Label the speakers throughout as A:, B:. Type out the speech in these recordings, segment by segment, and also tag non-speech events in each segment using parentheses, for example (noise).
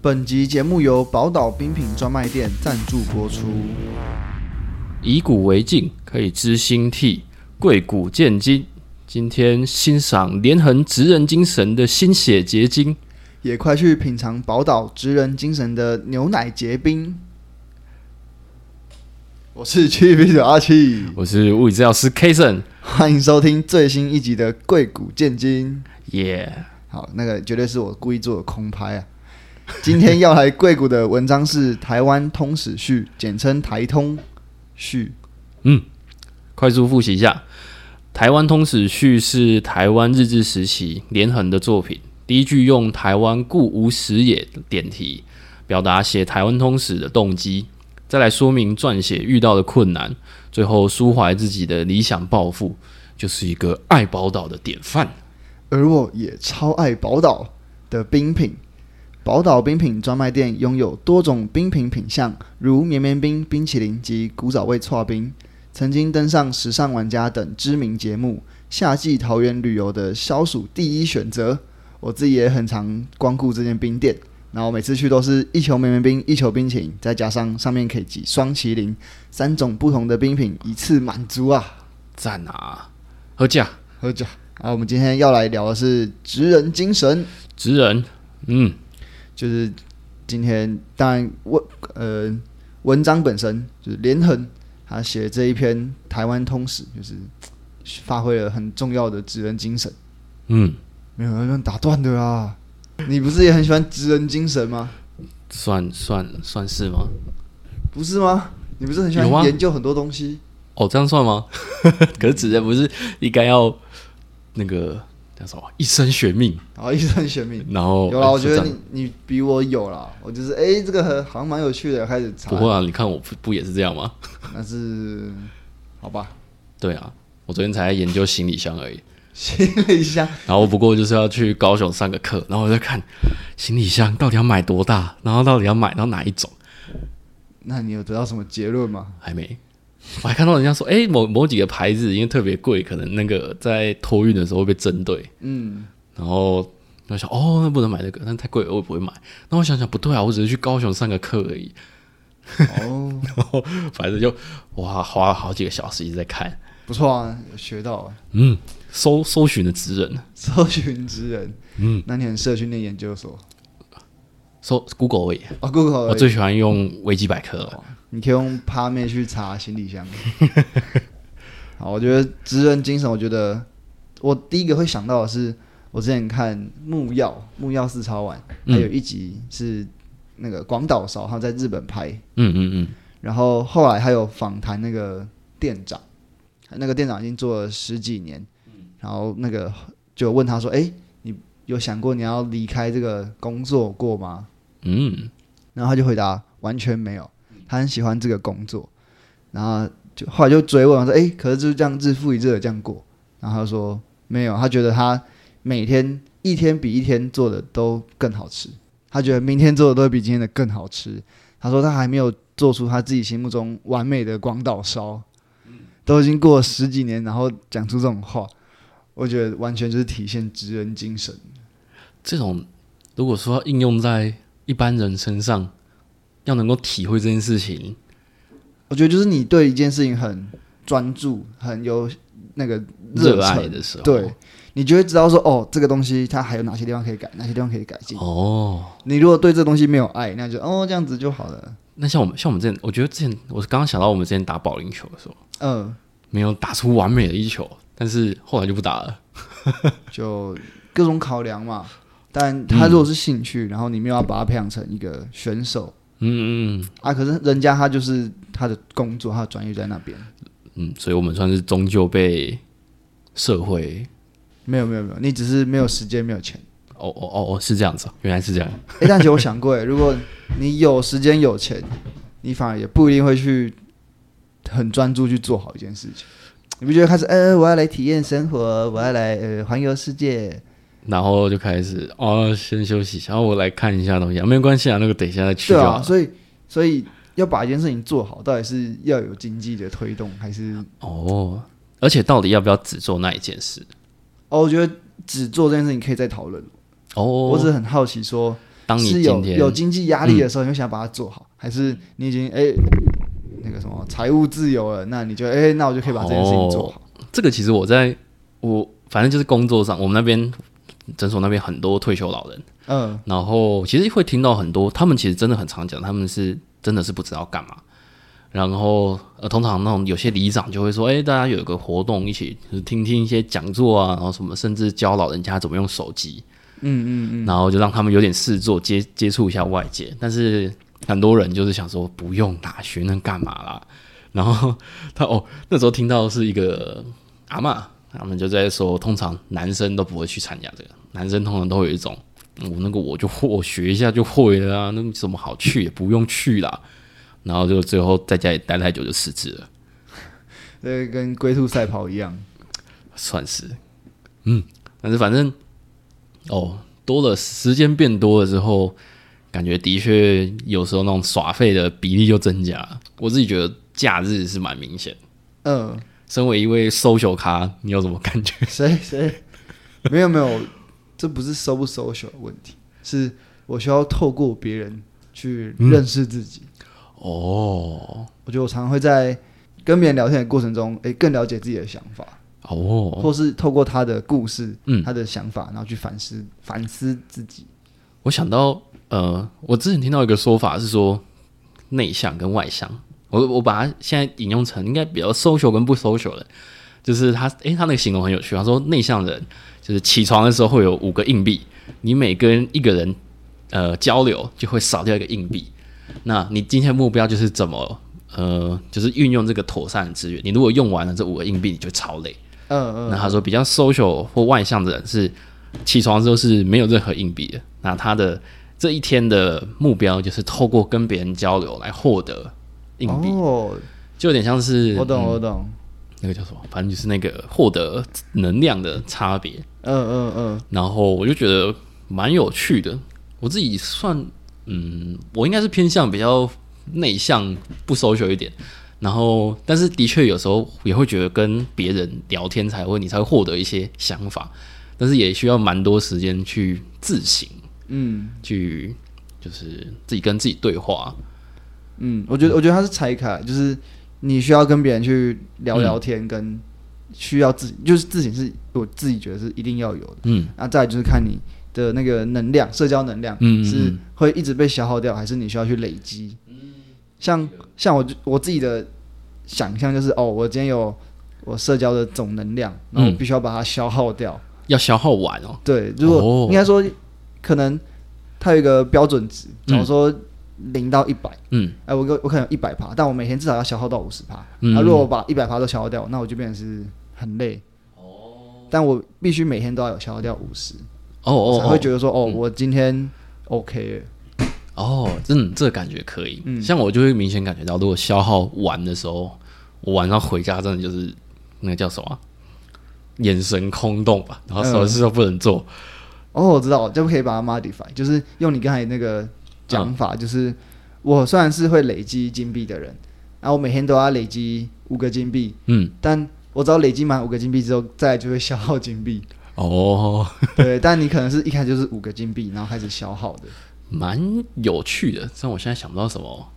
A: 本集节目由宝岛冰品专卖店赞助播出。
B: 以古为镜，可以知兴替，贵古见今。今天欣赏连横职人精神的心血结晶。
A: 也快去品尝宝岛职人精神的牛奶结冰。我是七比九阿七，
B: 我是物理治疗师 Kason，
A: 欢迎收听最新一集的《贵谷见金
B: 耶、》。
A: 好，那个绝对是我故意做的空拍啊！今天要来贵谷的文章是《台湾通史序》，简称《台通序》。
B: 快速复习一下，《台湾通史序》是台湾日治时期连横的作品。第一句用“台湾故无史也”点题，表达写《台湾通史》的动机，再来说明撰写遇到的困难，最后抒怀自己的理想抱负，就是一个爱宝岛的典范。
A: 而我也超爱宝岛的冰品。宝岛冰品专卖店拥有多种冰品品项，如绵绵冰、冰淇淋及古早味刨冰，曾经登上《时尚玩家》等知名节目。夏季桃园旅游的消暑第一选择，我自己也很常光顾这间冰店。然后每次去都是一球绵绵冰、一球冰淇淋，再加上上面可以挤双麒麟，三种不同的冰品一次满足啊！
B: 赞啊！喝价
A: 喝酒。啊，我们今天要来聊的是职人精神。
B: 职人，嗯，
A: 就是今天当然文呃文章本身就是连横他写这一篇《台湾通史》，就是嘖发挥了很重要的职人精神。
B: 嗯，
A: 没有人打断的啦，你不是也很喜欢职人精神吗？
B: 算算算是吗？
A: 不是吗？你不是很喜欢
B: 有啊
A: 研究很多东西？
B: 哦，这样算吗？ (laughs) 可是职人不是应该要那个叫什么一生学命，
A: 然后一直很玄秘。
B: 然后哎
A: 有啦，我觉
B: 就
A: 得
B: 哦这样
A: 你你比我有啦，我就是哎、这个很好像蛮有趣的，开始查。
B: 不会啊，你看我不不也是这样吗？
A: 但是好吧， (laughs)
B: 对啊，我昨天才在研究行李箱而已，
A: 心里想，
B: 然后不过就是要去高雄上个课，然后我就看行李箱到底要买多大，然后到底要买到哪一种，
A: 那你有得到什么结论
B: (laughs)
A: 吗？
B: 还没。我还看到人家说，哎、某某几个牌子因为特别贵，可能那个在托运的时候会被针对，
A: 嗯，
B: 然后我想，哦，那不能买这个，那太贵了，我也不会买。那我想想，不对啊，我只是去高雄上个课而已，
A: 哦。
B: 反正就哇，花了好几个小时一直在看，
A: 不错啊，有学到
B: (laughs)
A: 啊，
B: 嗯，搜搜寻的职人，
A: 搜寻之人。嗯，那你很适合去念研究所
B: 搜 Google 而已。
A: 哦，Google，哦
B: 我
A: 而已
B: 最喜欢用维基百科了，
A: 你可以用 p a m e 去查行李箱。
B: (laughs)
A: 好，我觉得职人精神，我觉得我第一个会想到的是，我之前看木曜木曜四超玩，
B: 嗯
A: 还有一集是那个广岛烧，他在日本拍，
B: 嗯嗯嗯，
A: 然后后来还有访谈那个店长，那个店长已经做了十几年，然后那个就问他说：“哎、你有想过你要离开这个工作过吗
B: 嗯，？”
A: 然后他就回答：“完全没有，他很喜欢这个工作。”然后就后来就追问我说：“哎、可是就是这样日复一日的这样过？”然后他说：“没有，他觉得他每天一天比一天做的都更好吃，他觉得明天做的都会比今天的更好吃。”他说他还没有做出他自己心目中完美的广岛烧，都已经过了十几年，然后讲出这种话，我觉得完全就是体现职人精神。
B: 这种如果说要应用在一般人身上，要能够体会这件事情，
A: 我觉得就是你对一件事情很专注，很有那个
B: 热
A: 忱
B: 爱的时候，
A: 对，你就会知道说哦，这个东西它还有哪些地方可以改，哪些地方可以改进。
B: 哦，
A: 你如果对这东西没有爱，那就哦这样子就好了。
B: 那像我们像我们之前，我觉得之前我刚刚想到我们之前打保龄球的时候。
A: 嗯，
B: 没有打出完美的一球，但是后来就不打了。
A: 就各种考量嘛。但他如果是兴趣，然后你没有要把它培养成一个选手，
B: 嗯嗯
A: 啊，可是人家他就是他的工作，他的专业在那边。
B: 嗯，所以我们算是终究被社会……
A: 没有没有没有，你只是没有时间，没有钱。
B: 哦哦哦哦，是这样子啊，原来是这样。
A: 哎、但其实我想过，哎，如果你有时间有钱，你反而也不一定会去很专注去做好一件事情。你不觉得开始，呃，我要来体验生活，我要来呃环游世界，
B: 然后就开始哦，先休息一下，然后我来看一下东西啊，没有关系啊，那个等一下再去
A: 对
B: 就好
A: 啊，
B: 了。
A: 所以所以要把一件事情做好，到底是要有经济的推动，还是
B: 哦，而且到底要不要只做那一件事？
A: 哦，我觉得只做这件事情可以再讨论。
B: 哦，
A: 我只是很好奇说，
B: 当你
A: 是
B: 今
A: 有
B: 天嗯
A: 有经济压力的时候，你会想把它做好，还是你已经哎、那个什么财务自由了，那你就哎、那我就可以把这件事情做好。
B: 这个其实我在我反正就是工作上，我们那边诊所那边很多退休老人，
A: 嗯，
B: 然后其实会听到很多，他们其实真的很常讲，他们是真的是不知道干嘛。然后呃，通常那种有些里长就会说，哎，大家有个活动一起就是听听一些讲座啊，然后什么，甚至教老人家怎么用手机，嗯嗯嗯，然后就让他们有点事做，接接触一下外界。但是很多人就是想说，不用啦，学那干嘛啦？然后他哦，那时候听到是一个阿嬷，他们就在说，通常男生都不会去参加这个，男生通常都有一种，我、那个我就会我学一下就会了啊，那有什么好去也不用去啦。然后就最后在家里待太久就辞职了，
A: 这个跟龟兔赛跑一样。
B: 算是，嗯，但是反正哦，多了时间变多了之后，感觉的确有时候那种耍废的比例就增加了。我自己觉得假日是蛮明显的。
A: 嗯，
B: 身为一位 social 咖，你有什么感觉？
A: 谁谁？没有没有，这不是 social 不 social 的问题，是我需要透过别人去
B: 嗯
A: 认识自己。
B: 哦
A: 我觉得我常常会在跟别人聊天的过程中，诶，更了解自己的想法，
B: 哦，
A: 或是透过他的故事、
B: 嗯
A: 他的想法，然后去反思反思自己。
B: 我想到呃，我之前听到一个说法是说内向跟外向，我我把它现在引用成应该比较 social 跟不 social 的，就是他诶、他那个形容很有趣，他说内向人就是起床的时候会有五个硬币，你每跟一个人呃交流就会少掉一个硬币，那你今天目标就是怎么呃就是运用这个妥善的资源，你如果用完了这五个硬币，你就超累。
A: 嗯嗯，
B: 那他说比较 social 或外向的人是起床之后是没有任何硬币的，那他的这一天的目标就是透过跟别人交流来获得硬币，
A: 哦，
B: 就有点像是
A: 我懂
B: 嗯
A: 我懂。
B: 那个叫什么，反正就是那个获得能量的差别。
A: 嗯嗯嗯，
B: 然后我就觉得蛮有趣的，我自己算嗯，我应该是偏向比较内向不 social 一点。然后，但是的确有时候也会觉得跟别人聊天才会，你才会获得一些想法，但是也需要蛮多时间去自省，
A: 嗯
B: 去就是自己跟自己对话。
A: 嗯，我觉得我觉得他是拆开，就是你需要跟别人去聊聊天，跟需要自己就是自己是我自己觉得是一定要有的。
B: 嗯，
A: 那再来就是看你的那个能量，社交能量，
B: 嗯嗯嗯嗯
A: 是会一直被消耗掉，还是你需要去累积？像像我就我自己的想象就是，哦，我今天有我社交的总能量，然后我
B: 嗯
A: 必须要把它消耗掉。
B: 要消耗完哦。
A: 对，如果、
B: 哦
A: 应该说，可能它有一个标准值，假如说零到一百、
B: 嗯
A: 哎，我我可能一百趴，但我每天至少要消耗到五十趴。啊
B: 嗯
A: 那、如果我把一百趴都消耗掉，那我就变成是很累。但我必须每天都要有消耗掉五十，
B: 哦
A: 我
B: 哦
A: 才
B: 哦
A: 会，觉得说，哦，我今天 OK 了。
B: 哦，嗯，这个感觉可以。像我就会明显感觉到，如果消耗完的时候，我晚上回家真的就是那个叫什么啊、眼神空洞吧，然后什么事都不能做。
A: 哦，我知道，就可以把它 modify，就是用你刚才那
B: 嗯
A: 个讲法，就是我虽然是会累积金币的人，然后我每天都要累积五个金币，
B: 嗯，
A: 但我只要累积满五个金币之后，再来就会消耗金币。 (laughs)
B: 哦，
A: 对，但你可能是一开始就是五个金币，然后开始消耗的。
B: 蛮有趣的。但我现在想不到什么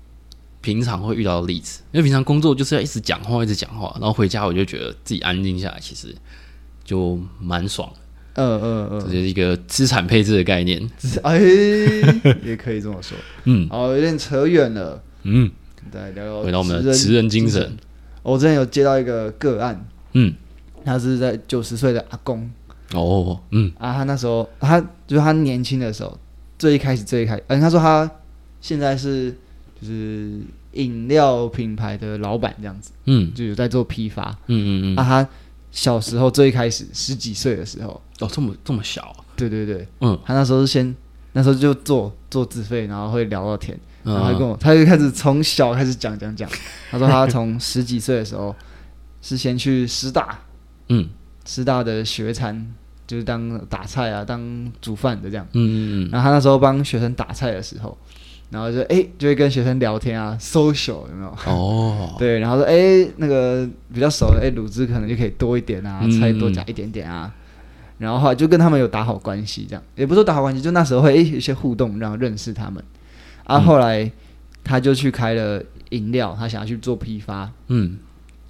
B: 平常会遇到的例子，因为平常工作就是要一直讲话，一直讲话，然后回家我就觉得自己安静下来，其实就蛮爽的。
A: 嗯嗯嗯，
B: 这就是一个资产配置的概念。
A: 只是 (laughs) 哎，也可以这么说。
B: 嗯
A: 好，有点扯远了。
B: 嗯，
A: 对，聊聊
B: 回到我们的职人精神。。
A: 哦我之前有接到一个个案，
B: 嗯，
A: 他是在九十岁的阿公
B: 哦，嗯
A: 啊，他那时候他就是他年轻的时候，最一开始最一开始，嗯，他说他现在是就是饮料品牌的老板这样子，
B: 嗯
A: 就有在做批发。
B: 嗯嗯嗯
A: 啊，他小时候最一开始十几岁的时候，
B: 哦，这么这么小啊、
A: 对对对，
B: 嗯
A: 他那时候是先那时候就做做自费，然后会聊到天，然后他跟
B: 嗯，
A: 我，他就开始从小开始讲讲讲，他说他
B: (laughs)
A: 从十几岁的时候是先去师大，
B: 嗯
A: 师大的学餐就是当打菜啊，当煮饭的这样，
B: 嗯嗯
A: 然后他那时候帮学生打菜的时候，然后就哎、就会跟学生聊天啊，social 有没有？
B: 嗯，哦，
A: 对，然后说哎，那个比较熟的哎，卤汁可能就可以多一点啊，
B: 嗯
A: 菜多加一点点啊，然后后来就跟他们有打好关系，这样也不是说打好关系，就那时候会诶哎有一些互动，然后认识他们。
B: 嗯
A: 啊，后来他就去开了饮料，他想要去做批发。
B: 嗯，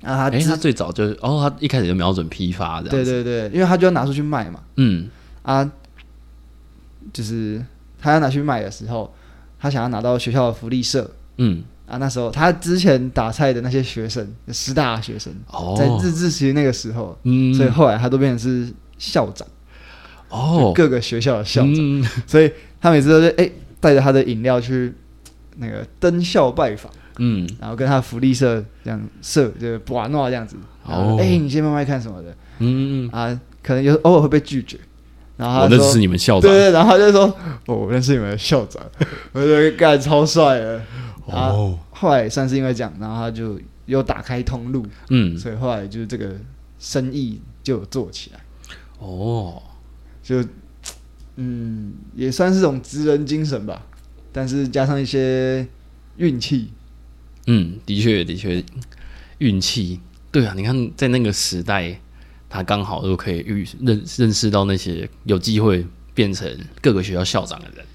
A: 啊，他
B: 哎、
A: 自
B: 他啊最早就是哦，他一开始就瞄准批发这样
A: 对
B: 子，
A: 对对，因为他就要拿出去卖嘛。
B: 嗯
A: 啊，就是他要拿去卖的时候，他想要拿到学校的福利社
B: 嗯，
A: 啊。那时候他之前打菜的那些学生，师大的学生，在
B: 哦，
A: 日治时期那个时候，
B: 嗯，
A: 所以后来他都变成是校长，就
B: 哦，
A: 各个学校的校长。
B: 嗯，
A: 所以他每次都是哎带着他的饮料去那个登校拜访，
B: 嗯，
A: 然后跟他的福利社这样社就是布瓦诺这样子。然后
B: 哦
A: 哎、你先慢慢看什么的
B: 嗯，
A: 啊，可能有偶尔会被拒绝。然后
B: 我
A: 他
B: 认
A: 说
B: 识你们校
A: 对
B: 长，
A: 对，然后他就说：“哦，我认识你们的校长，我觉得干超帅的。”啊，
B: 哦，
A: 后来也算是因为这样，然后他就又打开通路，
B: 嗯，
A: 所以后来就是这个生意就有做起来，
B: 哦，
A: 就嗯，也算是种职人精神吧，但是加上一些运气，
B: 嗯，的确的确，运气，对啊，你看在那个时代，他刚好又可以遇认认识到那些有机会变成各个学校校长的人。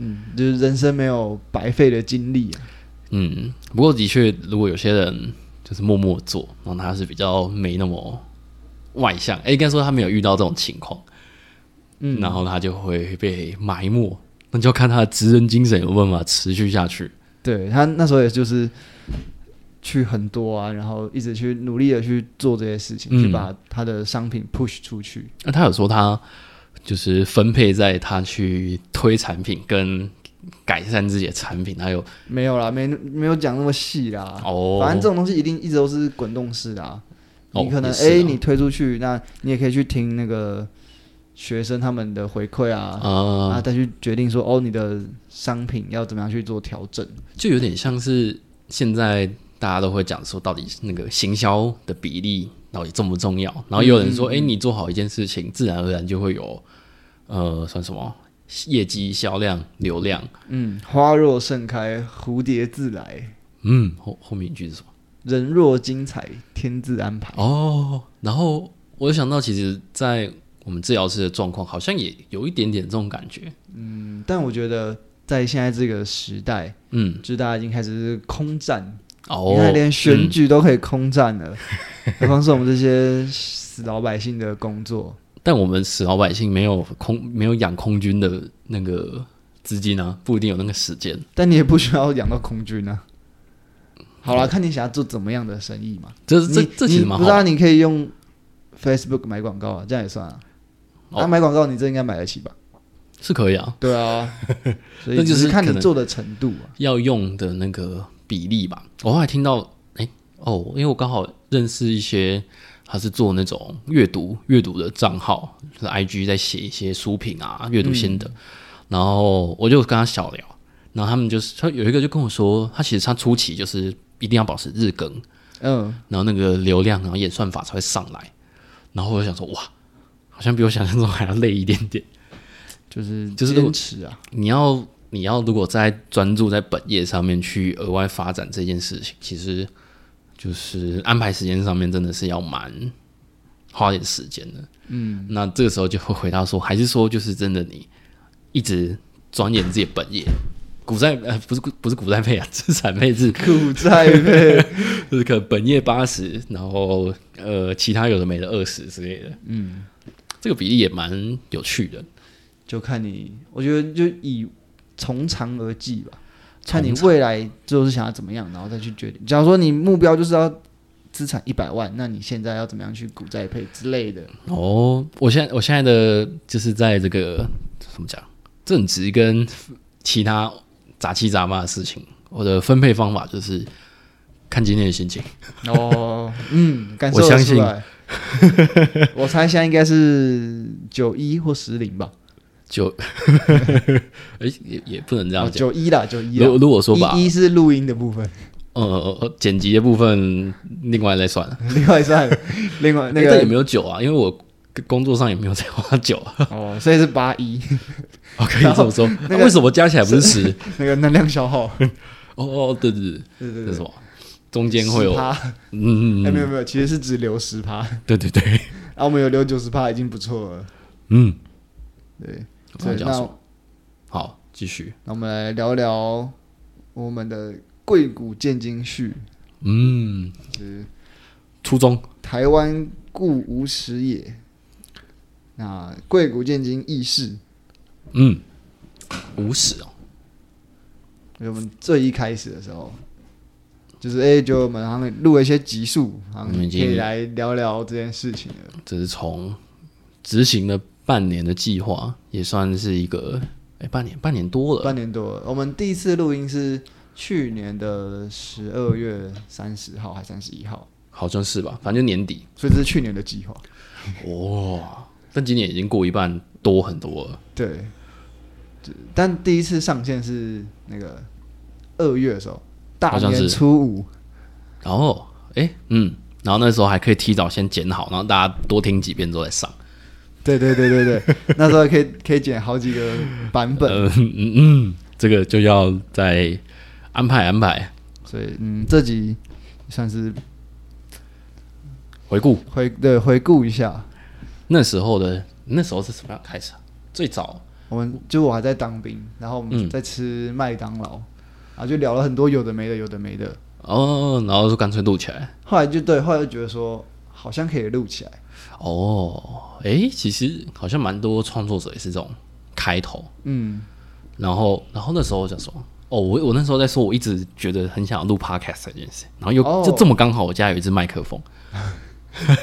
A: 嗯，就是人生没有白费的经历啊。
B: 嗯，不过的确，如果有些人就是默默做，然后他是比较没那么外向，哎、应该说他没有遇到这种情况，
A: 嗯，
B: 然后他就会被埋没。那就看他的职人精神有没有办法持续下去。
A: 对他那时候也就是去很多啊，然后一直去努力的去做这些事情，
B: 嗯
A: 去把他的商品 push 出去。
B: 那他有说他就是分配在他去推产品跟改善自己的产品，还有
A: 没有啦，没没有讲那么细啦。
B: 哦，
A: 反正这种东西一定一直都是滚动式的啊。
B: 哦
A: 你可能
B: 也
A: 哎、
B: 是啊
A: 你推出去，那你也可以去听那个学生他们的回馈啊，
B: 啊、
A: 啊，再去决定说哦，你的商品要怎么样去做调整。
B: 就有点像是现在大家都会讲说，到底那个行销的比例到底重不重要？然后也有人说，哎、你做好一件事情，自然而然就会有呃，算什么业绩、销量、流量。
A: 嗯，花若盛开，蝴蝶自来，
B: 嗯，后后面一句是什么？
A: 人若精彩，天自安排。
B: 哦，然后我想到，其实，在我们治疗师的状况，好像也有一点点这种感觉。
A: 嗯，但我觉得在现在这个时代，
B: 嗯，
A: 就是大家已经开始是空战
B: 哦
A: 你，看，连选
B: 嗯
A: 举都可以空战
B: (laughs)
A: 了，何况是我们这些死老百姓的工作？
B: 但我们死老百姓没有空，没有养空军的那个资金啊，不一定有那个时间。
A: 但你也不需要养到空军啊。好啦，看你想要做怎么样的生意嘛。
B: 嗯这这
A: 你
B: 这其
A: 你
B: 实蛮
A: 不知
B: 好的。
A: 道你可以用 Facebook 买广告啊，这样也算啊。
B: 哦
A: 那、买广告，你这应该买得起吧？
B: 是可以啊，
A: 对啊， (laughs) 所以
B: 那就
A: 只
B: 是
A: 是看
B: 可
A: 你
B: 能
A: 做的程度啊。
B: 要用的那个比例吧。我后来听到，哎、哦，因为我刚好认识一些，他是做那种阅读阅读的账号，就是 IG 在写一些书评啊、阅读心得，然后我就跟他小聊，然后他们就是他有一个就跟我说，他其实他初期就是一定要保持日更，
A: 嗯，
B: 然后那个流量然后演算法才会上来，然后我就想说，哇，好像比我想象中还要累一点点。
A: 就是
B: 就是如果
A: 坚持啊。
B: 你要你要如果在专注在本业上面去额外发展这件事情，其实就是安排时间上面真的是要蛮花点时间的。嗯，那这个时候就会回答说，还是说就是真的你一直钻研自己的本业。股债呃不是不是股债配啊，资产配置
A: 苦在呗， (laughs)
B: 就是可能本业八十，然后呃其他有的没的二十之类的，嗯，这个比例也蛮有趣的。
A: 就看你，我觉得就以从长而计吧，
B: 从
A: 看你未来就是想要怎么样，然后再去决定。假如说你目标就是要资产一百万，那你现在要怎么样去股债配之类的？
B: 哦，我现在我现在的就是在这个怎么讲，正职跟其他杂七杂八的事情，我的分配方法就是看今天的心情。 (laughs)
A: 哦，嗯，感受
B: 我
A: 得
B: 相
A: 出
B: 信
A: 来。 (laughs) 我猜现在应该是九一或十零吧，
B: 就， (laughs) 哎、也也不能这
A: 哦
B: 样讲。
A: 九一啦，九一
B: 如
A: 啦。
B: 如果说把
A: 一一是录音的部分， (laughs)
B: 呃剪辑的部分另外再算了，
A: 另外算另外那
B: 诶但也
A: 个
B: 没有酒啊，因为我工作上也没有在花酒啊。 (laughs)
A: 哦，所以是八一， (laughs)
B: 我可以这么说，
A: 那
B: 啊为什么加起来不是十？
A: 那个能量消耗，
B: (laughs) 哦哦，对对对，
A: 对对
B: 这是
A: 对
B: 什，么？中间会有
A: 10%
B: 嗯，嗯
A: 哎，没有
B: 嗯
A: 没有，其实是只留十趴，
B: 对对对。
A: 啊，我们有留九十趴已经不错了。
B: 嗯，
A: 对，
B: 我刚才
A: 对
B: 讲
A: 那
B: 什么？好，继续。
A: 那我们来聊聊我们的贵谷建经序，
B: 嗯，
A: 就是
B: 初中
A: 台湾故无史也。那贵谷建经义士，
B: 嗯，无史哦，
A: 我们最一开始的时候，就是哎、就我们好像录了一些集数，好像
B: 我们已
A: 可
B: 经
A: 以来聊聊这件事情了。
B: 这是从执行了半年的计划，也算是一个哎、半年半年多了。
A: 半年多了，我们第一次录音是去年的十二月三十号还三十一号，
B: 好像是吧，反正就年底
A: 所以这是去年的计划。
B: 哦，但今年已经过一半多很多了。
A: 对，就但第一次上线是那个二月的时候，大
B: 好像是
A: 年初五，
B: 然后哎、嗯，然后那时候还可以提早先剪好，然后大家多听几遍之后再上。
A: 对对对对
B: (laughs)
A: 对，那时候可以可以剪好几个版本，
B: 嗯嗯嗯，这个就要再安排安排
A: 所以嗯，这集算是
B: 回顾
A: 回对回顾一下，
B: 那时候的那时候是什么样开始啊？最早
A: 我们就我还在当兵，然后我们
B: 嗯
A: 在吃麦当劳，然后就聊了很多有的没的，有的没的。
B: 哦，然后就干脆录起来
A: 后来就对，后来就觉得说好像可以录起来，
B: 哦。哎，其实好像蛮多创作者也是这种开头， (laughs)
A: 嗯，
B: 然后然后那时候我想说。哦，我我那时候在说，我一直觉得很想要录 podcast 这件事，然后又、
A: 哦
B: 就这么刚好，我家有一支麦克风，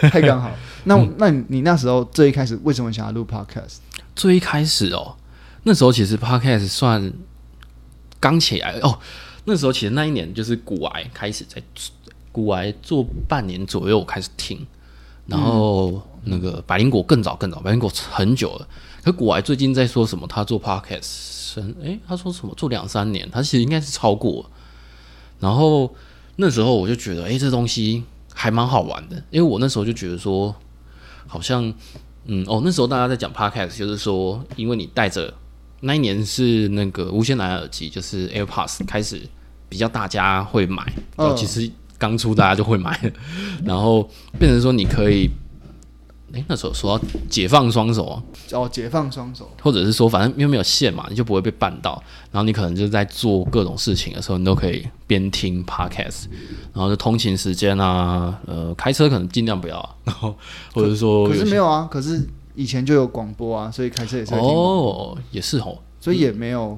A: 太刚好。那我那你你那时候最一开始为什么想要录 podcast？
B: 最一开始哦，那时候其实 podcast 算刚起来哦。那时候其实那一年就是古癌开始在古癌做半年左右我开始听，然后那个百灵果更早更早，百灵果很久了。可古癌最近在说什么？他做 podcast 生诶，他说什么做两三年，他其实应该是超过。然后那时候我就觉得，诶，这东西还蛮好玩的，因为我那时候就觉得说，好像嗯，哦，那时候大家在讲 podcast，就是说，因为你戴着那一年是那个无线蓝牙耳机，就是 AirPods 开始比较大家会买，然后
A: 嗯
B: 其实刚出大家就会买了，然后变成说你可以，哎、那时候说要解放双手啊，
A: 哦，解放双手，
B: 或者是说反正因为没有线嘛，你就不会被绊到，然后你可能就是在做各种事情的时候，你都可以边听 podcast，然后就通勤时间啊，呃，开车 (laughs) 可能尽量不要、啊，然后或者是说
A: 可是
B: 哦有
A: 没有啊，可是以前就有广播啊，所以开车也是会听，
B: 哦，也是哦。
A: 所以也没有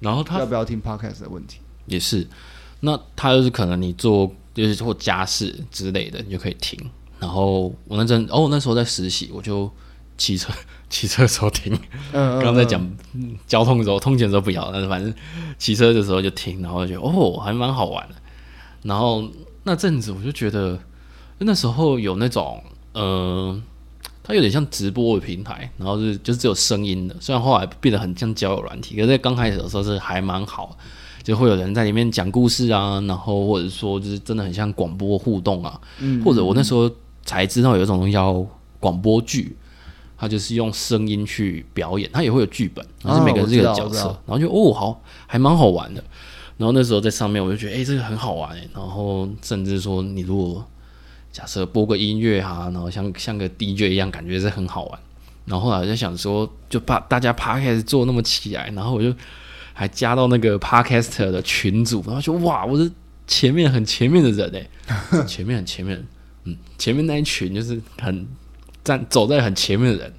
B: 然后他
A: 要不要听 podcast 的问题。
B: 也是，那他就是可能你做就是做家事之类的，你就可以听。然后我那阵哦，那时候在实习，我就骑车 (laughs) 骑车的时候听。
A: 嗯，嗯
B: 刚刚在讲嗯交通的时候，通勤的时候不要，但是反正骑车的时候就听，然后就觉得哦，还蛮好玩的。然后那阵子我就觉得，那时候有那种呃，它有点像直播的平台，然后是就是只有声音的，虽然后来变得很像交友软体，可是在刚开始的时候是还蛮好的，就会有人在里面讲故事啊，然后或者说就是真的很像广播互动啊，
A: 嗯
B: 或者我那时候才知道有一种东西叫广播剧，它就是用声音去表演，它也会有剧本，然后是每个人是一个
A: 啊我知道
B: 角色，
A: 我知道
B: 然后就哦好，还蛮好玩的。然后那时候在上面我就觉得，哎、这个很好玩哎、然后甚至说，你如果假设播个音乐哈、然后像像个 DJ 一样，感觉是很好玩。然后后来我就想说，就把大家 podcast 做那么起来，然后我就还加到那个 podcaster 的群组，然后就哇，我是前面很前面的人哎、前面很前面，嗯，前面那一群就是很站走在很前面的人，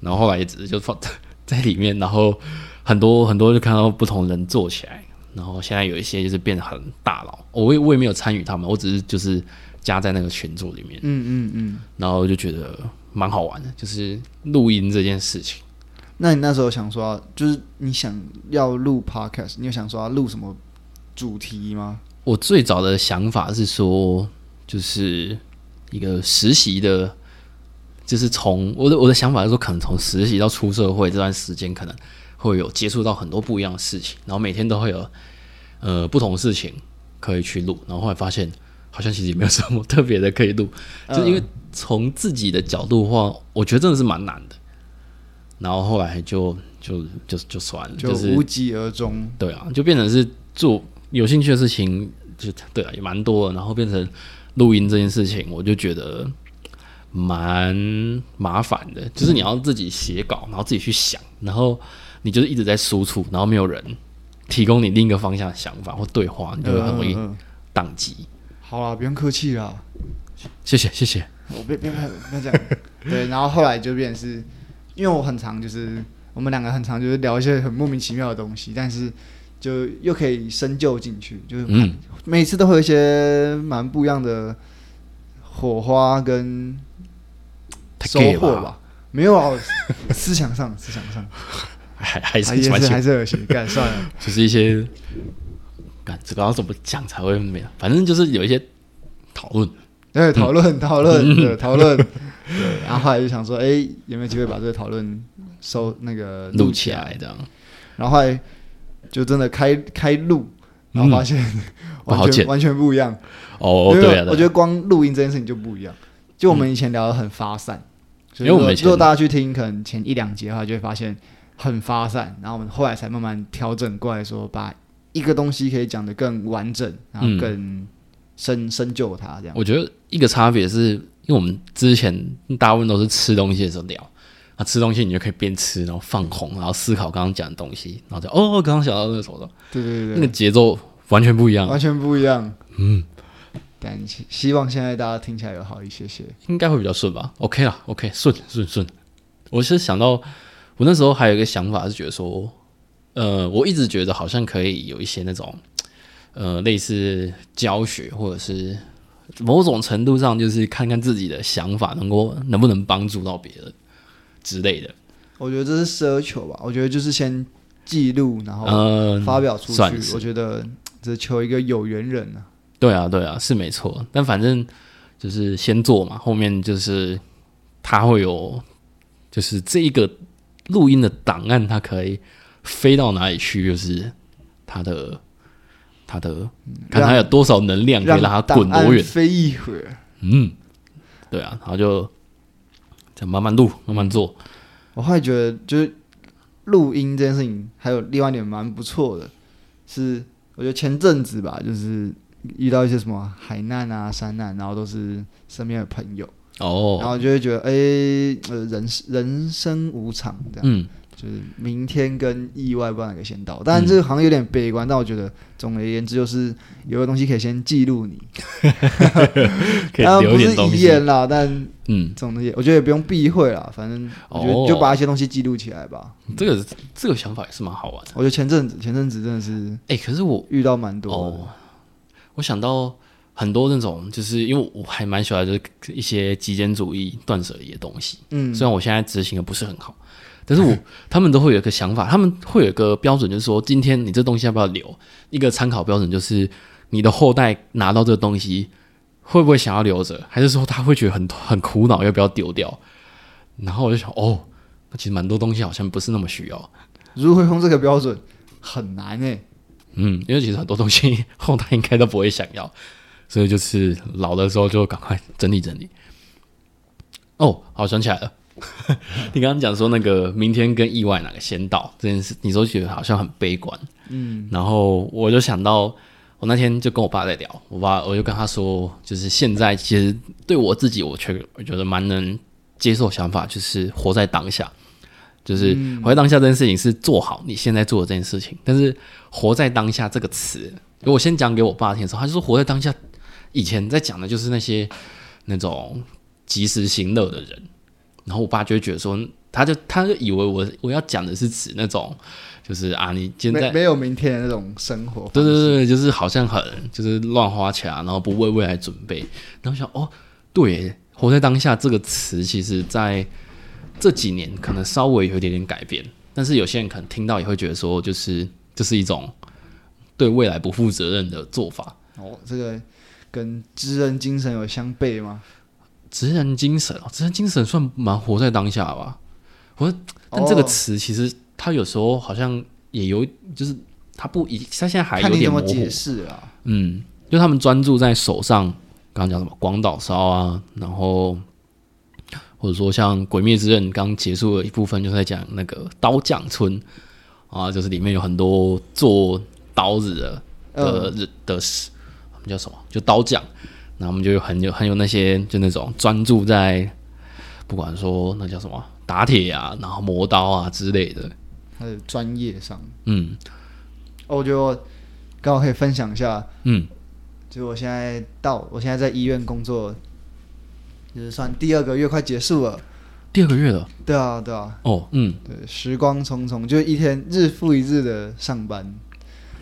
B: 然后后来也只是就放 (laughs) 在里面，然后很多很多就看到不同人做起来，然后现在有一些就是变得很大佬，我也我也没有参与他们，我只是就是加在那个群组里面，
A: 嗯嗯嗯，
B: 然后就觉得蛮好玩的，就是录音这件事情。
A: 那你那时候想说啊，就是你想要录 podcast，你有想说要录什么主题吗？
B: 我最早的想法是说，就是一个实习的，就是从我的我的想法是说，可能从实习到出社会这段时间，可能会有接触到很多不一样的事情，然后每天都会有呃不同的事情可以去录，然后后来发现好像其实也没有什么特别的可以录，就是因为从自己的角度的话，我觉得真的是蛮难的。然后后来就就就呃就算了，
A: 就是无疾而终。
B: 对啊，就变成是做有兴趣的事情，就对啊，也蛮多的。然后变成录音这件事情，我就觉得蛮麻烦的，就是你要自己写稿，然后自己去想，然后你就是一直在输出，然后没有人提供你另一个方向的想法或对话，啊你就会很容易
A: 嗯嗯嗯
B: 宕机。
A: 好啦，不用客气啦，
B: 谢谢，谢谢。
A: 我别别别别这样。对，然后后来就变成是，因为我很常就是我们两个很常就是聊一些很莫名其妙的东西，但是就又可以深究进去，就是
B: 嗯，
A: 每次都会有一些蛮不一样的火花跟
B: 太
A: 收
B: gay 了
A: 获
B: 吧
A: 吧。没有啊， (laughs) 思想上思想上
B: 还还
A: 啊
B: 是
A: 也
B: 蛮
A: 是
B: 喜欢
A: 还，是恶心，干算了。
B: 就是一些，感这个要怎么讲才会没有，反正就是有一些讨论。嗯
A: 对，讨论讨
B: (laughs)
A: 论对讨论，对，然后后来就想说，哎，有没有机会把这个讨论收那个
B: 录
A: 起
B: 起来这样，
A: 嗯然后后来就真的开开录，然后发现、
B: 嗯
A: (laughs)
B: 不好
A: 完全
B: 剪
A: 完全不一样。
B: 哦，
A: 因为
B: 对啊，
A: 我觉得
B: 得
A: 光录音这件事情就不一样。就我们以前聊的很发散，所以
B: 嗯因为我
A: 如果
B: 们以前
A: 如果大家去听可能前一两节的话，就会发现很发散。然后我们后来才慢慢调整过来说，把一个东西可以讲得更完整，然后
B: 嗯
A: 更深、深究它这样。
B: 我觉得一个差别是因为我们之前大部分都是吃东西的时候聊。啊，吃东西你就可以边吃，然后放空，然后思考刚刚讲的东西，然后就哦，刚刚想到那个什么的，
A: 对对
B: 那个
A: 对
B: 节奏完全不一
A: 对，
B: 样，
A: 完全不一样。
B: 嗯，
A: 但希希望现在大家听起来有好一些些。
B: 应该会比较顺吧？OK 啦，OK，顺顺顺。我是想到，我那时候还有一个想法是觉得说，呃，我一直觉得好像可以有一些那种，呃，类似教学或者是某种程度上就是看看自己的想法能够能不能帮助到别人之类的。
A: 我觉得这是奢求吧。我觉得就是先记录，然后
B: 嗯、
A: 发表出去。
B: 算是
A: 我觉得嗯只求一个有缘人啊。
B: 对啊，对啊，是没错。但反正就是先做嘛，后面就是它会有，就是这一个录音的档案，它可以飞到哪里去，就是它的它的，看它有多少能量可以让它滚
A: 嗯档
B: 多
A: 案
B: 远。
A: 飞一会儿。
B: 嗯，对啊，然后就再慢慢录，慢慢做。
A: 我后来觉得，就是录音这件事情，还有另外一点蛮不错的，是我觉得前阵子吧，就是遇到一些什么海难啊、山难，然后都是身边的朋友，嗯然
B: 哦，
A: 后就会觉得，哎、呃，人人生无常这样。
B: 嗯，
A: 就是明天跟意外不知道哪个先到，当然这个好像有点悲观，但我觉得总而言之就是有个东西可以先记录你，
B: 可以
A: 当然
B: 留一
A: 不是
B: 点东
A: 遗
B: 西。
A: 言啦，但
B: 嗯，
A: 总的也我觉得也不用避讳啦，反正我觉得
B: 哦
A: 就把一些东西记录起来吧。
B: 这个这个想法也是蛮好玩的。
A: 我觉得前阵子前阵子真的是
B: 哎、可是我
A: 遇到蛮多的，
B: 哦，我想到很多那种，就是因为我还蛮喜欢就是一些极简主义、断舍离的东西。
A: 嗯，
B: 虽然我现在执行的不是很好，但是我他们都会有一个想法，他们会有一个标准，就是说今天你这东西要不要留？一个参考标准就是你的后代拿到这个东西会不会想要留着，还是说他会觉得很很苦恼要不要丢掉？然后我就想，哦，那其实蛮多东西好像不是那么需要。
A: 如何用这个标准很难欸诶、
B: 嗯，因为其实很多东西后代应该都不会想要，所以就是老的时候就赶快整理整理。哦，好，想起来了， (laughs) 你刚刚讲说那个明天跟意外哪个先到这件事，你都觉得好像很悲观，嗯，然后我就想到，我那天就跟我爸在聊，我爸我就跟他说，就是现在其实对我自己，我却我觉得蛮能接受想法，就是活在当下。就是活在当下这件事情是做好你现在做的这件事情，但是活在当下这个词，我先讲给我爸听的时候，他就说活在当下。以前在讲的就是那些那种及时行乐的人，然后我爸就会觉得说，他就他就以为我我要讲的是指那种，就是啊，你现在
A: 没没有明天的那种生活方式，
B: 对对对，就是好像很就是乱花钱啊，然后不为未来准备。然后想哦，对耶，活在当下这个词，其实在这几年可能稍微有一点点改变，但是有些人可能听到也会觉得说，就是这是一种对未来不负责任的做法。
A: 哦，这个跟知人精神有相悖吗？
B: 职人精神哦，职人精神算蛮活在当下吧。活，但这个
A: 哦
B: 词其实它有时候好像也有，就是它不一，它现在还有
A: 看你
B: 点
A: 怎么
B: 模糊
A: 解。释啦。
B: 嗯，就他们专注在手上，刚刚讲什么广岛烧啊，然后或者说像《鬼灭之刃》刚结束的一部分，就在讲那个刀匠村啊，就是里面有很多做刀子的的人的事，他们叫什么？就刀匠。然后我们就有很有很有那些就那种专注在不管说那叫什么打铁啊，然后磨刀啊之类的。
A: 还有专业上。
B: 嗯
A: 哦，我觉得我刚好可以分享一下，
B: 嗯，
A: 就是我现在到我现在在医院工作，就是算第二个月快结束了。
B: 第二个月了
A: 对啊，对啊，
B: 哦，嗯
A: 对，时光匆匆，就一天日复一日的上班，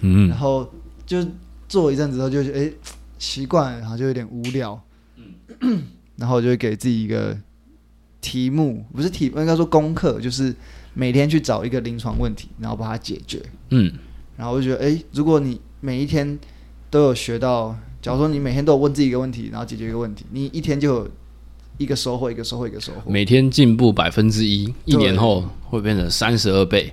B: 嗯
A: 然后就做一阵子之后就觉得哎习惯了，然后就有点无聊， (clears throat) 然后我就会给自己一个题目，不是题目，应该说功课，就是每天去找一个临床问题，然后把它解决。
B: 嗯
A: 然后我就觉得，哎，如果你每一天都有学到，假如说你每天都有问自己一个问题，然后解决一个问题，你一天就有一个收获，一个收获，一个收获。
B: 每天进步百分之一，一
A: 对
B: 年后会变成三十二倍，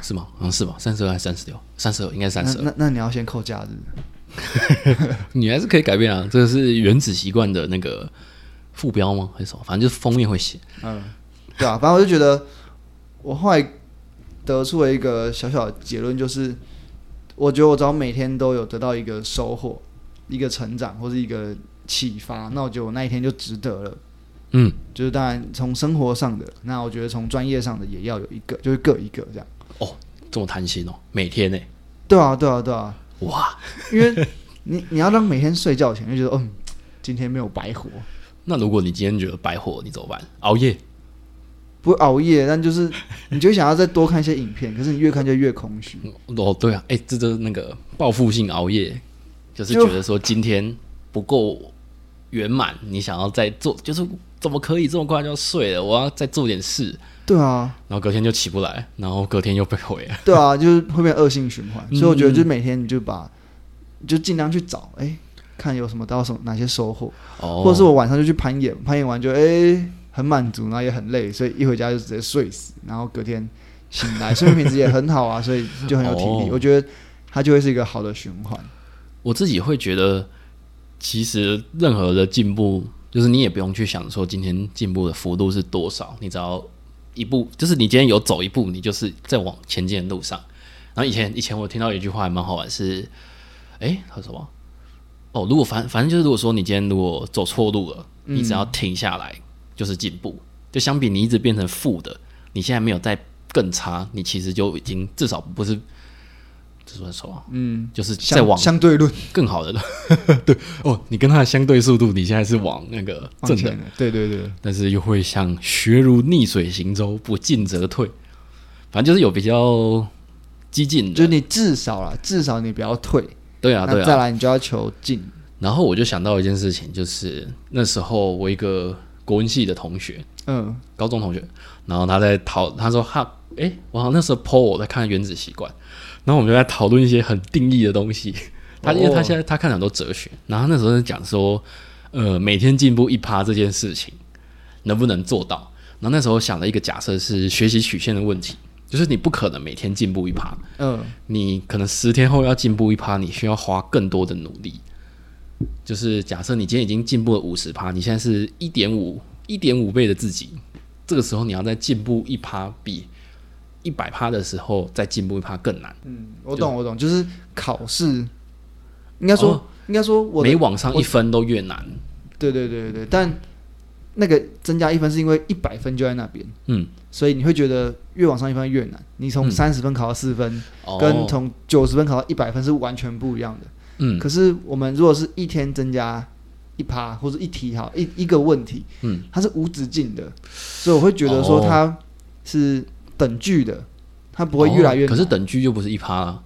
B: 是吗？好像是吧，三十二还是三十六？三十二应该
A: 那
B: 三十二。
A: 那那你要先扣假日，
B: 你还是可以改变啊，这个是原子习惯的那个副标吗？还是什么？反正就是封面会写。
A: 嗯，对啊，反正我就觉得，我后来得出了一个小小的结论，就是我觉得我只要每天都有得到一个收获、一个成长或是一个启发，那我觉得我那一天就值得了。
B: 嗯，
A: 就是当然从生活上的，那我觉得从专业上的也要有一个，就是各一个这样。
B: 这么贪心哦，每天呢、
A: 对啊，对啊，对啊，
B: 哇，
A: 因为你你要让每天睡觉前就觉得，嗯，今天没有白活，
B: 那如果你今天觉得白活，你怎么办？熬夜？
A: 不会熬夜，但就是你就会想要再多看一些影片，可是你越看就越空虚。
B: 哦，对啊，哎、这就是那个报复性熬夜，就是
A: 就
B: 觉得说今天不够圆满，你想要再做，就是怎么可以这么快就要睡了？我要再做点事，
A: 对啊，
B: 然后隔天就起不来，然后隔天又被毁了。
A: 对啊，就是会变恶性循环。
B: 嗯
A: 所以我觉得，就是每天你就把，你就尽量去找，哎，看有什么到什么哪些收获，
B: 哦，
A: 或者是我晚上就去攀岩，攀岩完就哎很满足，然后也很累，所以一回家就直接睡死，然后隔天醒来，睡眠品质也很好啊，所以就很有体力。
B: 哦
A: 我觉得它就会是一个好的循环。
B: 我自己会觉得，其实任何的进步，就是你也不用去想说今天进步的幅度是多少，你只要一步，就是你今天有走一步，你就是在往前进的路上。然后以前以前我听到一句话还蛮好玩，是，诶，他说什么？哦，如果反反正就是如果说你今天如果走错路了，你只要停下来就是进步。就相比你一直变成负的，你现在没有再更差，你其实就已经至少不是，这算什么？
A: 嗯，
B: 就是在
A: 相
B: 往
A: 相对论
B: 更好的了。 (laughs) 对哦，你跟它的相对速度，你现在是往那个
A: 往
B: 正
A: 前
B: 的，
A: 了，对对对。
B: 但是又会像学如逆水行舟，不进则退。反正就是有比较激进
A: 就是
B: 的，
A: 你至少啦，至少你不要退，
B: 对啊，对
A: 那
B: 啊
A: 再。来你就要求进。
B: 然后我就想到一件事情，就是那时候我一个国文系的同学，
A: 嗯，
B: 高中同学，然后他在讨，他说哈，诶，我好像那时候 PO 我在看《原子习惯》，然后我们就在讨论一些很定义的东西。 (laughs) 他因为他现在他看很多哲学，然后他那时候在讲说，呃，每天进步一趴这件事情能不能做到？然后那时候想了一个假设是学习曲线的问题，就是你不可能每天进步一趴，
A: 嗯，
B: 你可能十天后要进步一趴，你需要花更多的努力。就是假设你今天已经进步了五十趴，你现在是一点五一点五倍的自己，这个时候你要再进步一趴，比一百趴的时候再进步一趴更难。
A: 我懂我懂，嗯就是考试，应该说、
B: 哦
A: 应该说我的
B: 每往上一分都越难。
A: 对对对对对，但那个增加一分是因为一百分就在那边，
B: 嗯，
A: 所以你会觉得越往上一分越难。你从
B: 嗯
A: 三十分考到四分，
B: 哦
A: 跟从九十分考到一百分是完全不一样的。
B: 嗯
A: 可是我们如果是一天增加一趴或者一题哈，一一个问题，
B: 嗯，
A: 它是无止境的，所以我会觉得说
B: 哦
A: 它是等距的，它不会越来越难。
B: 哦可是等距就不是一趴了，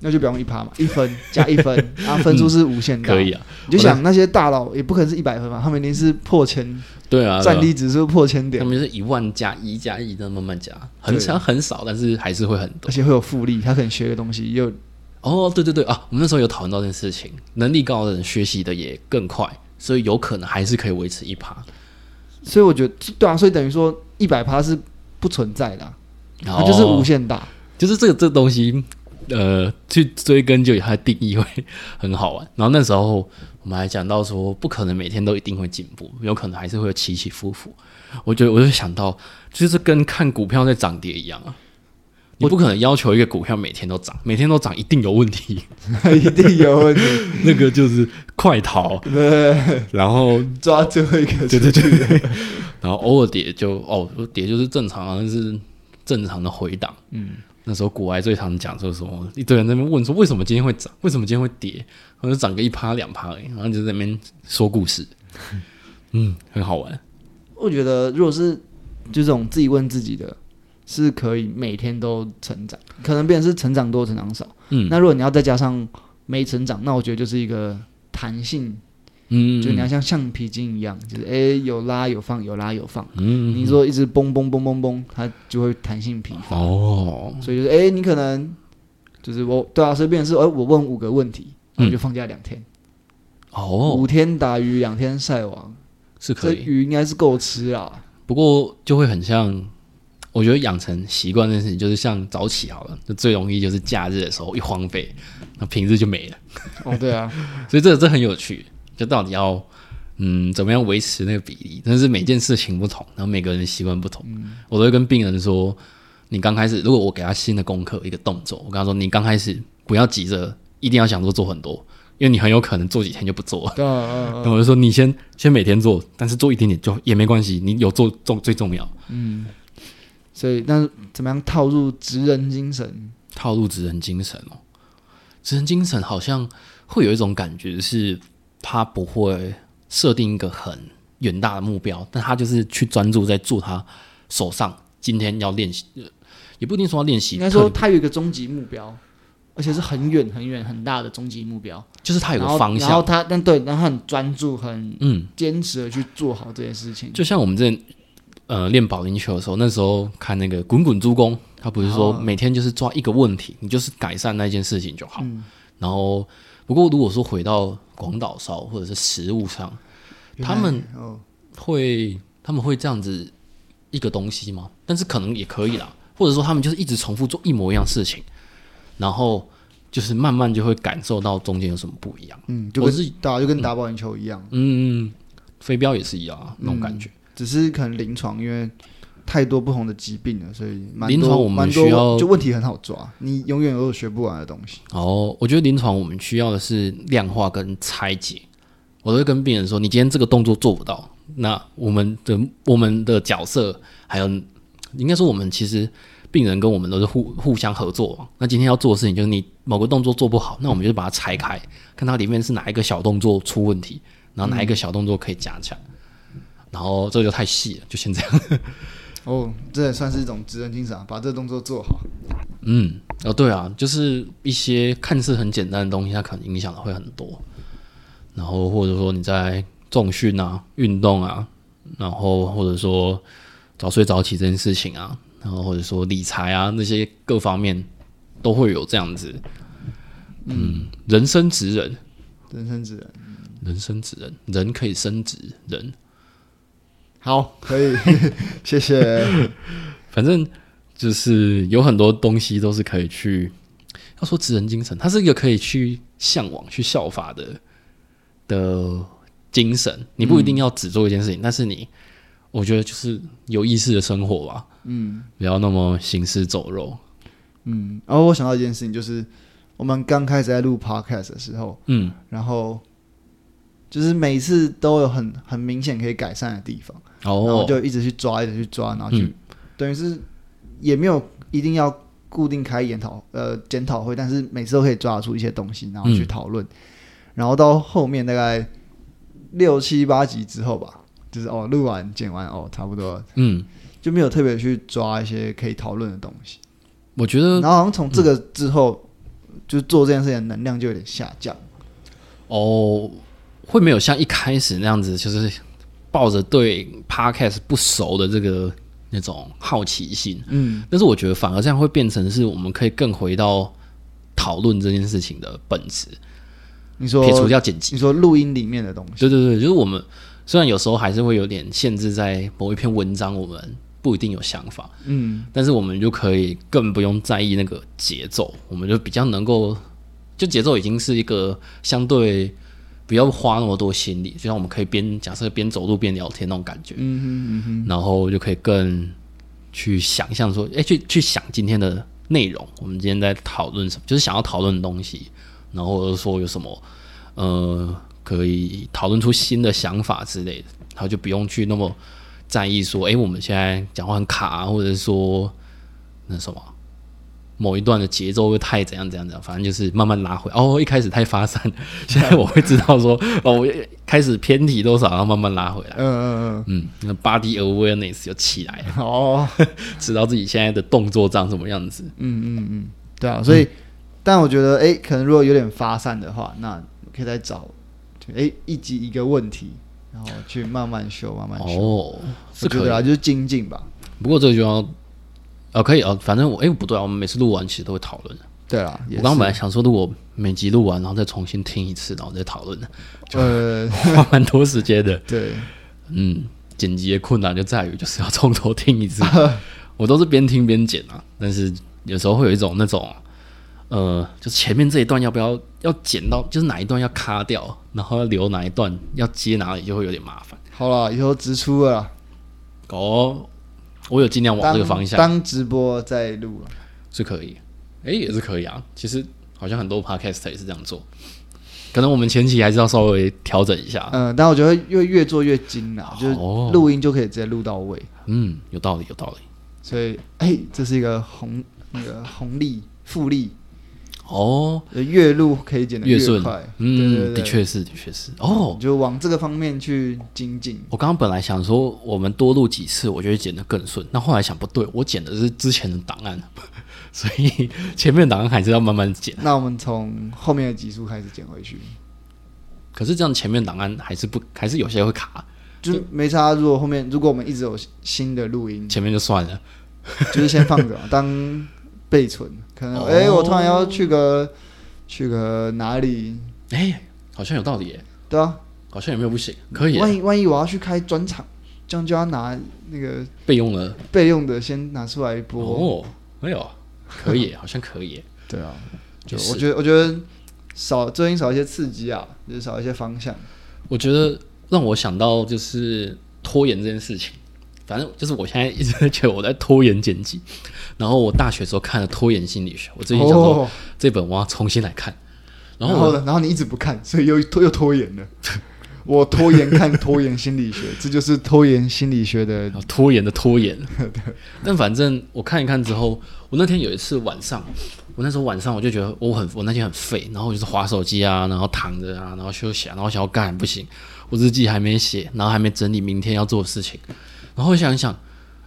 A: 那就不用一趴嘛，一分加一分，
B: (laughs)
A: 然后分数是无限大。
B: 可以，啊，
A: 你就想那些大佬也不可能是一百分嘛，他们一定是破千，
B: 对啊，对啊
A: 战力指数破千
B: 他
A: 点，
B: 们就是一万加一加一，这样慢慢加，很
A: 对
B: 少很少，但是还是会很多
A: 而。且会有复利，他可能学个东西又
B: 哦，对对对啊，我们那时候有讨论到这件事情，能力高的人学习的也更快，所以有可能还是可以维持一趴。
A: 所以我觉得对啊，所以等于说一百趴是不存在的啊、
B: 然
A: 它
B: 后
A: 就是无，限大。 (laughs)
B: 就是这个这东西，呃，去追根究底，它的定义会很好玩。然后那时候我们还讲到说，不可能每天都一定会进步，有可能还是会有起起伏伏。我觉得我就想到，就是跟看股票在涨跌一样啊。你不可能要求一个股票每天都涨，每天都涨一定有问题， (laughs)
A: 一定有问题。
B: 那个就是快逃。
A: 对，
B: 然后，
A: 抓最后一个，
B: (laughs) 对对对，然后偶尔跌就哦，跌就是正常啊，那是正常的回档。
A: 嗯，
B: 那时候股癌最常讲就是什么，一堆人在那边问说为什么今天会涨，为什么今天会跌，然后就涨个一趴两趴而已，然后就在那边说故 (laughs) 事，嗯，很好玩。
A: 我觉得如果是就这种自己问自己的，是可以每天都成长，可能变成是成长多成长少。
B: 嗯
A: 那如果你要再加上没成长，那我觉得就是一个弹性，
B: 嗯，
A: 就你要像橡皮筋一样，就是哎、有拉有放，有拉有放。
B: 嗯，
A: 你说一直嘣嘣嘣嘣嘣，它就会弹性疲乏。
B: 哦，
A: 所以就是哎、你可能就是我对啊，随便是哎、我问五个问题，
B: 嗯
A: 我就放假两天，
B: 哦，
A: 五天打鱼两天晒网，
B: 是可
A: 这
B: 以，
A: 鱼应该是够吃啊。
B: 不过就会很像，我觉得养成习惯这件事情，就是像早起好了，就最容易就是假日的时候一荒废，那平日就没了，
A: 哦，对啊，
B: 所以这这很有趣，就到底要。嗯，怎么样维持那个比例？但是每件事情不同，然后每个人习惯不同，我都会跟病人说，你刚开始，如果我给他新的功课一个动作，我跟他说，你刚开始不要急着一定要想说做很多，因为你很有可能做几天就不做了。
A: 对啊，嗯嗯
B: 那我就说你先先每天做，但是做一点点就也没关系，你有做重最重要。
A: 所以，但是怎么样套入职人精神？
B: 套路职人精神哦，职人精神好像会有一种感觉是，他不会设定一个很远大的目标，但他就是去专注在做他手上今天要练习，呃也不一定说要练习，
A: 应该
B: 特
A: 说，
B: 别
A: 他有一个终极目标，而且是很远很远很大的终极目标。
B: 就是他有
A: 然
B: 个
A: 后，
B: 方
A: 然后
B: 向，
A: 他，但对，然后他很专注、很
B: 嗯，
A: 坚持的去做好这件事情。
B: 就像我们之前呃练保龄球的时候，那时候看那个《滚滚珠公》，他不是说
A: 哦
B: 每天就是抓一个问题，你就是改善那件事情就好。
A: 嗯
B: 然后，不过如果说回到广岛烧或者是食物上，
A: 原
B: 他
A: 来
B: 们
A: 哦，
B: 会他们会这样子一个东西吗？但是可能也可以啦，或者说他们就是一直重复做一模一样事情，然后就是慢慢就会感受到中间有什么不一样。
A: 嗯，就
B: 我
A: 跟
B: 是
A: 对啊，就跟打保龄球一样，
B: 嗯，飞镖也是一样啊，那种感觉。
A: 只是可能临床因为太多不同的疾病了，所以蛮多
B: 临床我们
A: 蛮多
B: 需要
A: 就问题很好抓，你永远有学不完的东西。
B: 哦，我觉得临床我们需要的是量化跟拆解。我都会跟病人说，你今天这个动作做不到，那我们的我们的角色还有，应该说我们其实病人跟我们都是互互相合作嘛。那今天要做的事情就是你某个动作做不好，那我们就把它拆开，看它里面是哪一个小动作出问题，然后哪一个小动作可以加强。然后这个就太细了，就先这样。
A: 哦，这也算是一种职人精神啊，把这个动作做好。
B: 嗯，哦，对啊，就是一些看似很简单的东西，它可能影响的会很多。然后或者说你在重训啊、运动啊，然后或者说早睡早起这件事情啊，然后或者说理财啊那些各方面都会有这样子。嗯，人生职人，
A: 人生职人，
B: 人生职人，人可以升职人。
A: 好，可以， (laughs) 谢谢。
B: 反正就是有很多东西都是可以去，要说职人精神，它是一个可以去向往、去效法的的精神。你不一定要只做一件事情，但是你，我觉得就是有意识的生活吧，嗯，不要那么行尸走肉，
A: 嗯，然后我想到一件事情，就是我们刚开始在录 podcast 的时候，
B: 嗯
A: 然后就是每次都有很很明显可以改善的地方，然后
B: 哦，
A: 就一直去抓，一直去抓，然后去、
B: 嗯
A: 等于是也没有一定要固定开研讨呃检讨会，但是每次都可以抓出一些东西，然后去
B: 嗯
A: 讨论，然后到后面大概六七八集之后吧，就是哦录完剪完哦差不多了，
B: 嗯，
A: 就没有特别去抓一些可以讨论的东西。
B: 我觉得
A: 然后好像从这
B: 嗯
A: 个之后，就做这件事情的能量就有点下降。
B: 哦，会没有像一开始那样子，就是抱着对 podcast 不熟的这个那种好奇心，
A: 嗯，
B: 但是我觉得反而这样会变成是我们可以更回到讨论这件事情的本质，
A: 你说
B: 撇除掉剪辑。
A: 你说录音里面的东西，
B: 对对对，就是我们虽然有时候还是会有点限制在某一篇文章，我们不一定有想法，
A: 嗯，
B: 但是我们就可以更不用在意那个节奏，我们就比较能够，就节奏已经是一个相对不要花那么多心力，就像我们可以边假设边走路边聊天那种感觉，嗯哼嗯哼，然后就可以更去想象说，哎、去去想今天的内容，我们今天在讨论什么，就是想要讨论的东西，然后或者说有什么呃可以讨论出新的想法之类的，然后就不用去那么在意说，诶，我们现在讲话很卡、啊，或者说那什么。某一段的节奏会太怎样怎样怎样，反正就是慢慢拉回。哦，一开始太发散，现在我会知道说，哦，我开始偏题多少，然后慢慢拉回来。
A: 嗯嗯
B: 嗯，那 body awareness 就起来了，
A: 嗯，哦，
B: 知道自己现在的动作长什么样子。
A: 嗯嗯嗯，对啊，所以，但我觉得，哎、可能如果有点发散的话，那可以再找，哎、诶一集一个问题，然后去慢慢修，慢慢修，
B: 哦，是
A: 我觉
B: 可以
A: 得啊，就是精进吧。
B: 不过这个就要，哦，可以哦，反正我，哎、不对啊，我们每次录完其实都会讨论。
A: 对啦，也
B: 我刚刚
A: 是
B: 本来想说，如果每集录完，然后再重新听一次，然后再
A: (laughs)
B: 讨论，
A: 呃，
B: 花蛮多时间的。
A: 对，
B: 嗯，剪辑的困难就在于就是要从头听
A: (laughs)
B: 一次，我都是边听边剪啊，但是有时候会有一种那种，呃，就前面这一段要不要要剪到，就是哪一段要卡掉，然后要留哪一段，要接哪里就会有点麻烦。
A: 好了，以后直出
B: (laughs)
A: 了啦，
B: 哦，我有尽量往
A: 当
B: 这个方向
A: 当直播再录了。
B: 是可以，诶，也是可以啊。其实好像很多 podcast 也是这样做，可能我们前期还是要稍微调整一下。
A: 嗯，但我觉得越越做越精啦，就是
B: 啊哦
A: 录音就可以直接录到位，
B: 嗯，有道理，有道理。
A: 所以哎、这是一个红那个红利复利，
B: 哦，
A: 呃越录可以剪得
B: 越顺
A: 快，
B: 嗯，
A: 对对对
B: 的确是，的确是。哦，
A: 就往这个方面去精进。
B: 我刚刚本来想说，我们多录几次，我觉得剪得更顺。那后来想不对，我剪的是之前的档案， (laughs) 所以前面的档案还是要慢慢剪。
A: 那我们从后面的集数开始剪回去，
B: 可是这样前面档案还是不，还是有些会卡，
A: 就是没差。如果后面如果我们一直有新的录音，
B: 前面就算了。
A: 就是先放着嘛当备存。可能
B: 哦
A: 哎、我突然要去个去个哪里，
B: 哎、好像有道理耶，
A: 对啊，
B: 好像也没有不行，可以耶
A: 万一万一我要去开专场，这样就要拿那个
B: 备用了。
A: 备用的先拿出来播。
B: 哦，哎呦，可以
A: (laughs)
B: 耶，好像可以耶。
A: 对啊，就
B: 也是
A: 我觉得我觉得少最近少一些刺激啊，就是少一些方向。
B: 我觉得让我想到就是拖延这件事情，反正就是我现在一直在觉得我在拖延剪辑。然后我大学的时候看了《拖延心理学》，我最近想说
A: 哦
B: 这本我要重新来看。然
A: 然
B: 后
A: 后
B: 我
A: 呢？然后你一直不看，所以又拖又拖延了。 (laughs) 我拖延看拖延心理学， (laughs) 这就是拖延心理学的
B: 然后拖延的拖延，但反正我看一看之后，我那天有一次晚上，我那时候晚上我就觉得我很我那天很废，然后我就是划手机啊，然后躺着啊，然后休息啊，然后想要干不行，我日记还没写，然后还没整理明天要做的事情，然后我想一想，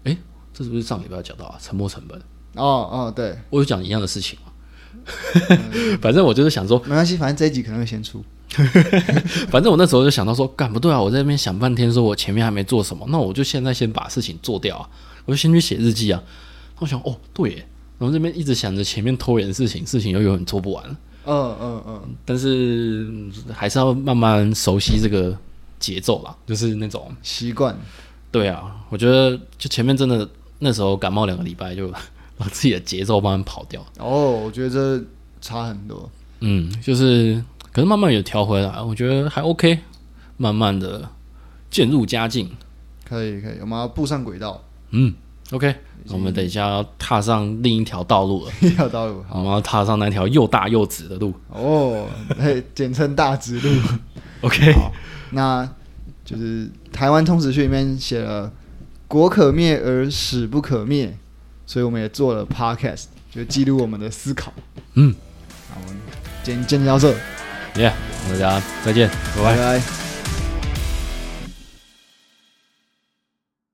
B: 诶，这是不是上礼拜有讲到啊？沉没成本，
A: 哦哦，对，
B: 我有讲一样的事情嘛。 (laughs) 反正我就是想说，
A: 没关系，反正这一集可能会先出。
B: (laughs) 反正我那时候就想到说，干不对啊！我在那边想半天，说我前面还没做什么，那我就现在先把事情做掉啊，我就先去写日记啊。我想，哦，对耶，然后这边一直想着前面拖延的事情，事情又永远做不完，
A: 嗯嗯嗯，
B: 但是嗯还是要慢慢熟悉这个节奏啦，就是那种，
A: 习惯。
B: 对啊，我觉得就前面真的那时候感冒两个礼拜就把自己的节奏慢慢跑掉，
A: 哦，我觉得这差很多。
B: 嗯，就是可是慢慢有调回来，我觉得还 OK，慢慢的渐入佳境。
A: 可以可以，我们要步上轨道， (laughs)
B: 嗯，OK，我们等一下要踏上另一条道路了，
A: 要道路。
B: 我们要踏上那条又大又直的路。
A: 哦，嘿，简称大直
B: (laughs)
A: 路。
B: OK，
A: 那就是台湾通史序里面写了“国可灭而史不可灭”，所以我们也做了 podcast，就记录我们的思考。
B: 嗯，
A: 那我们今天见到这，
B: 耶、大家再见，拜拜
A: 拜。拜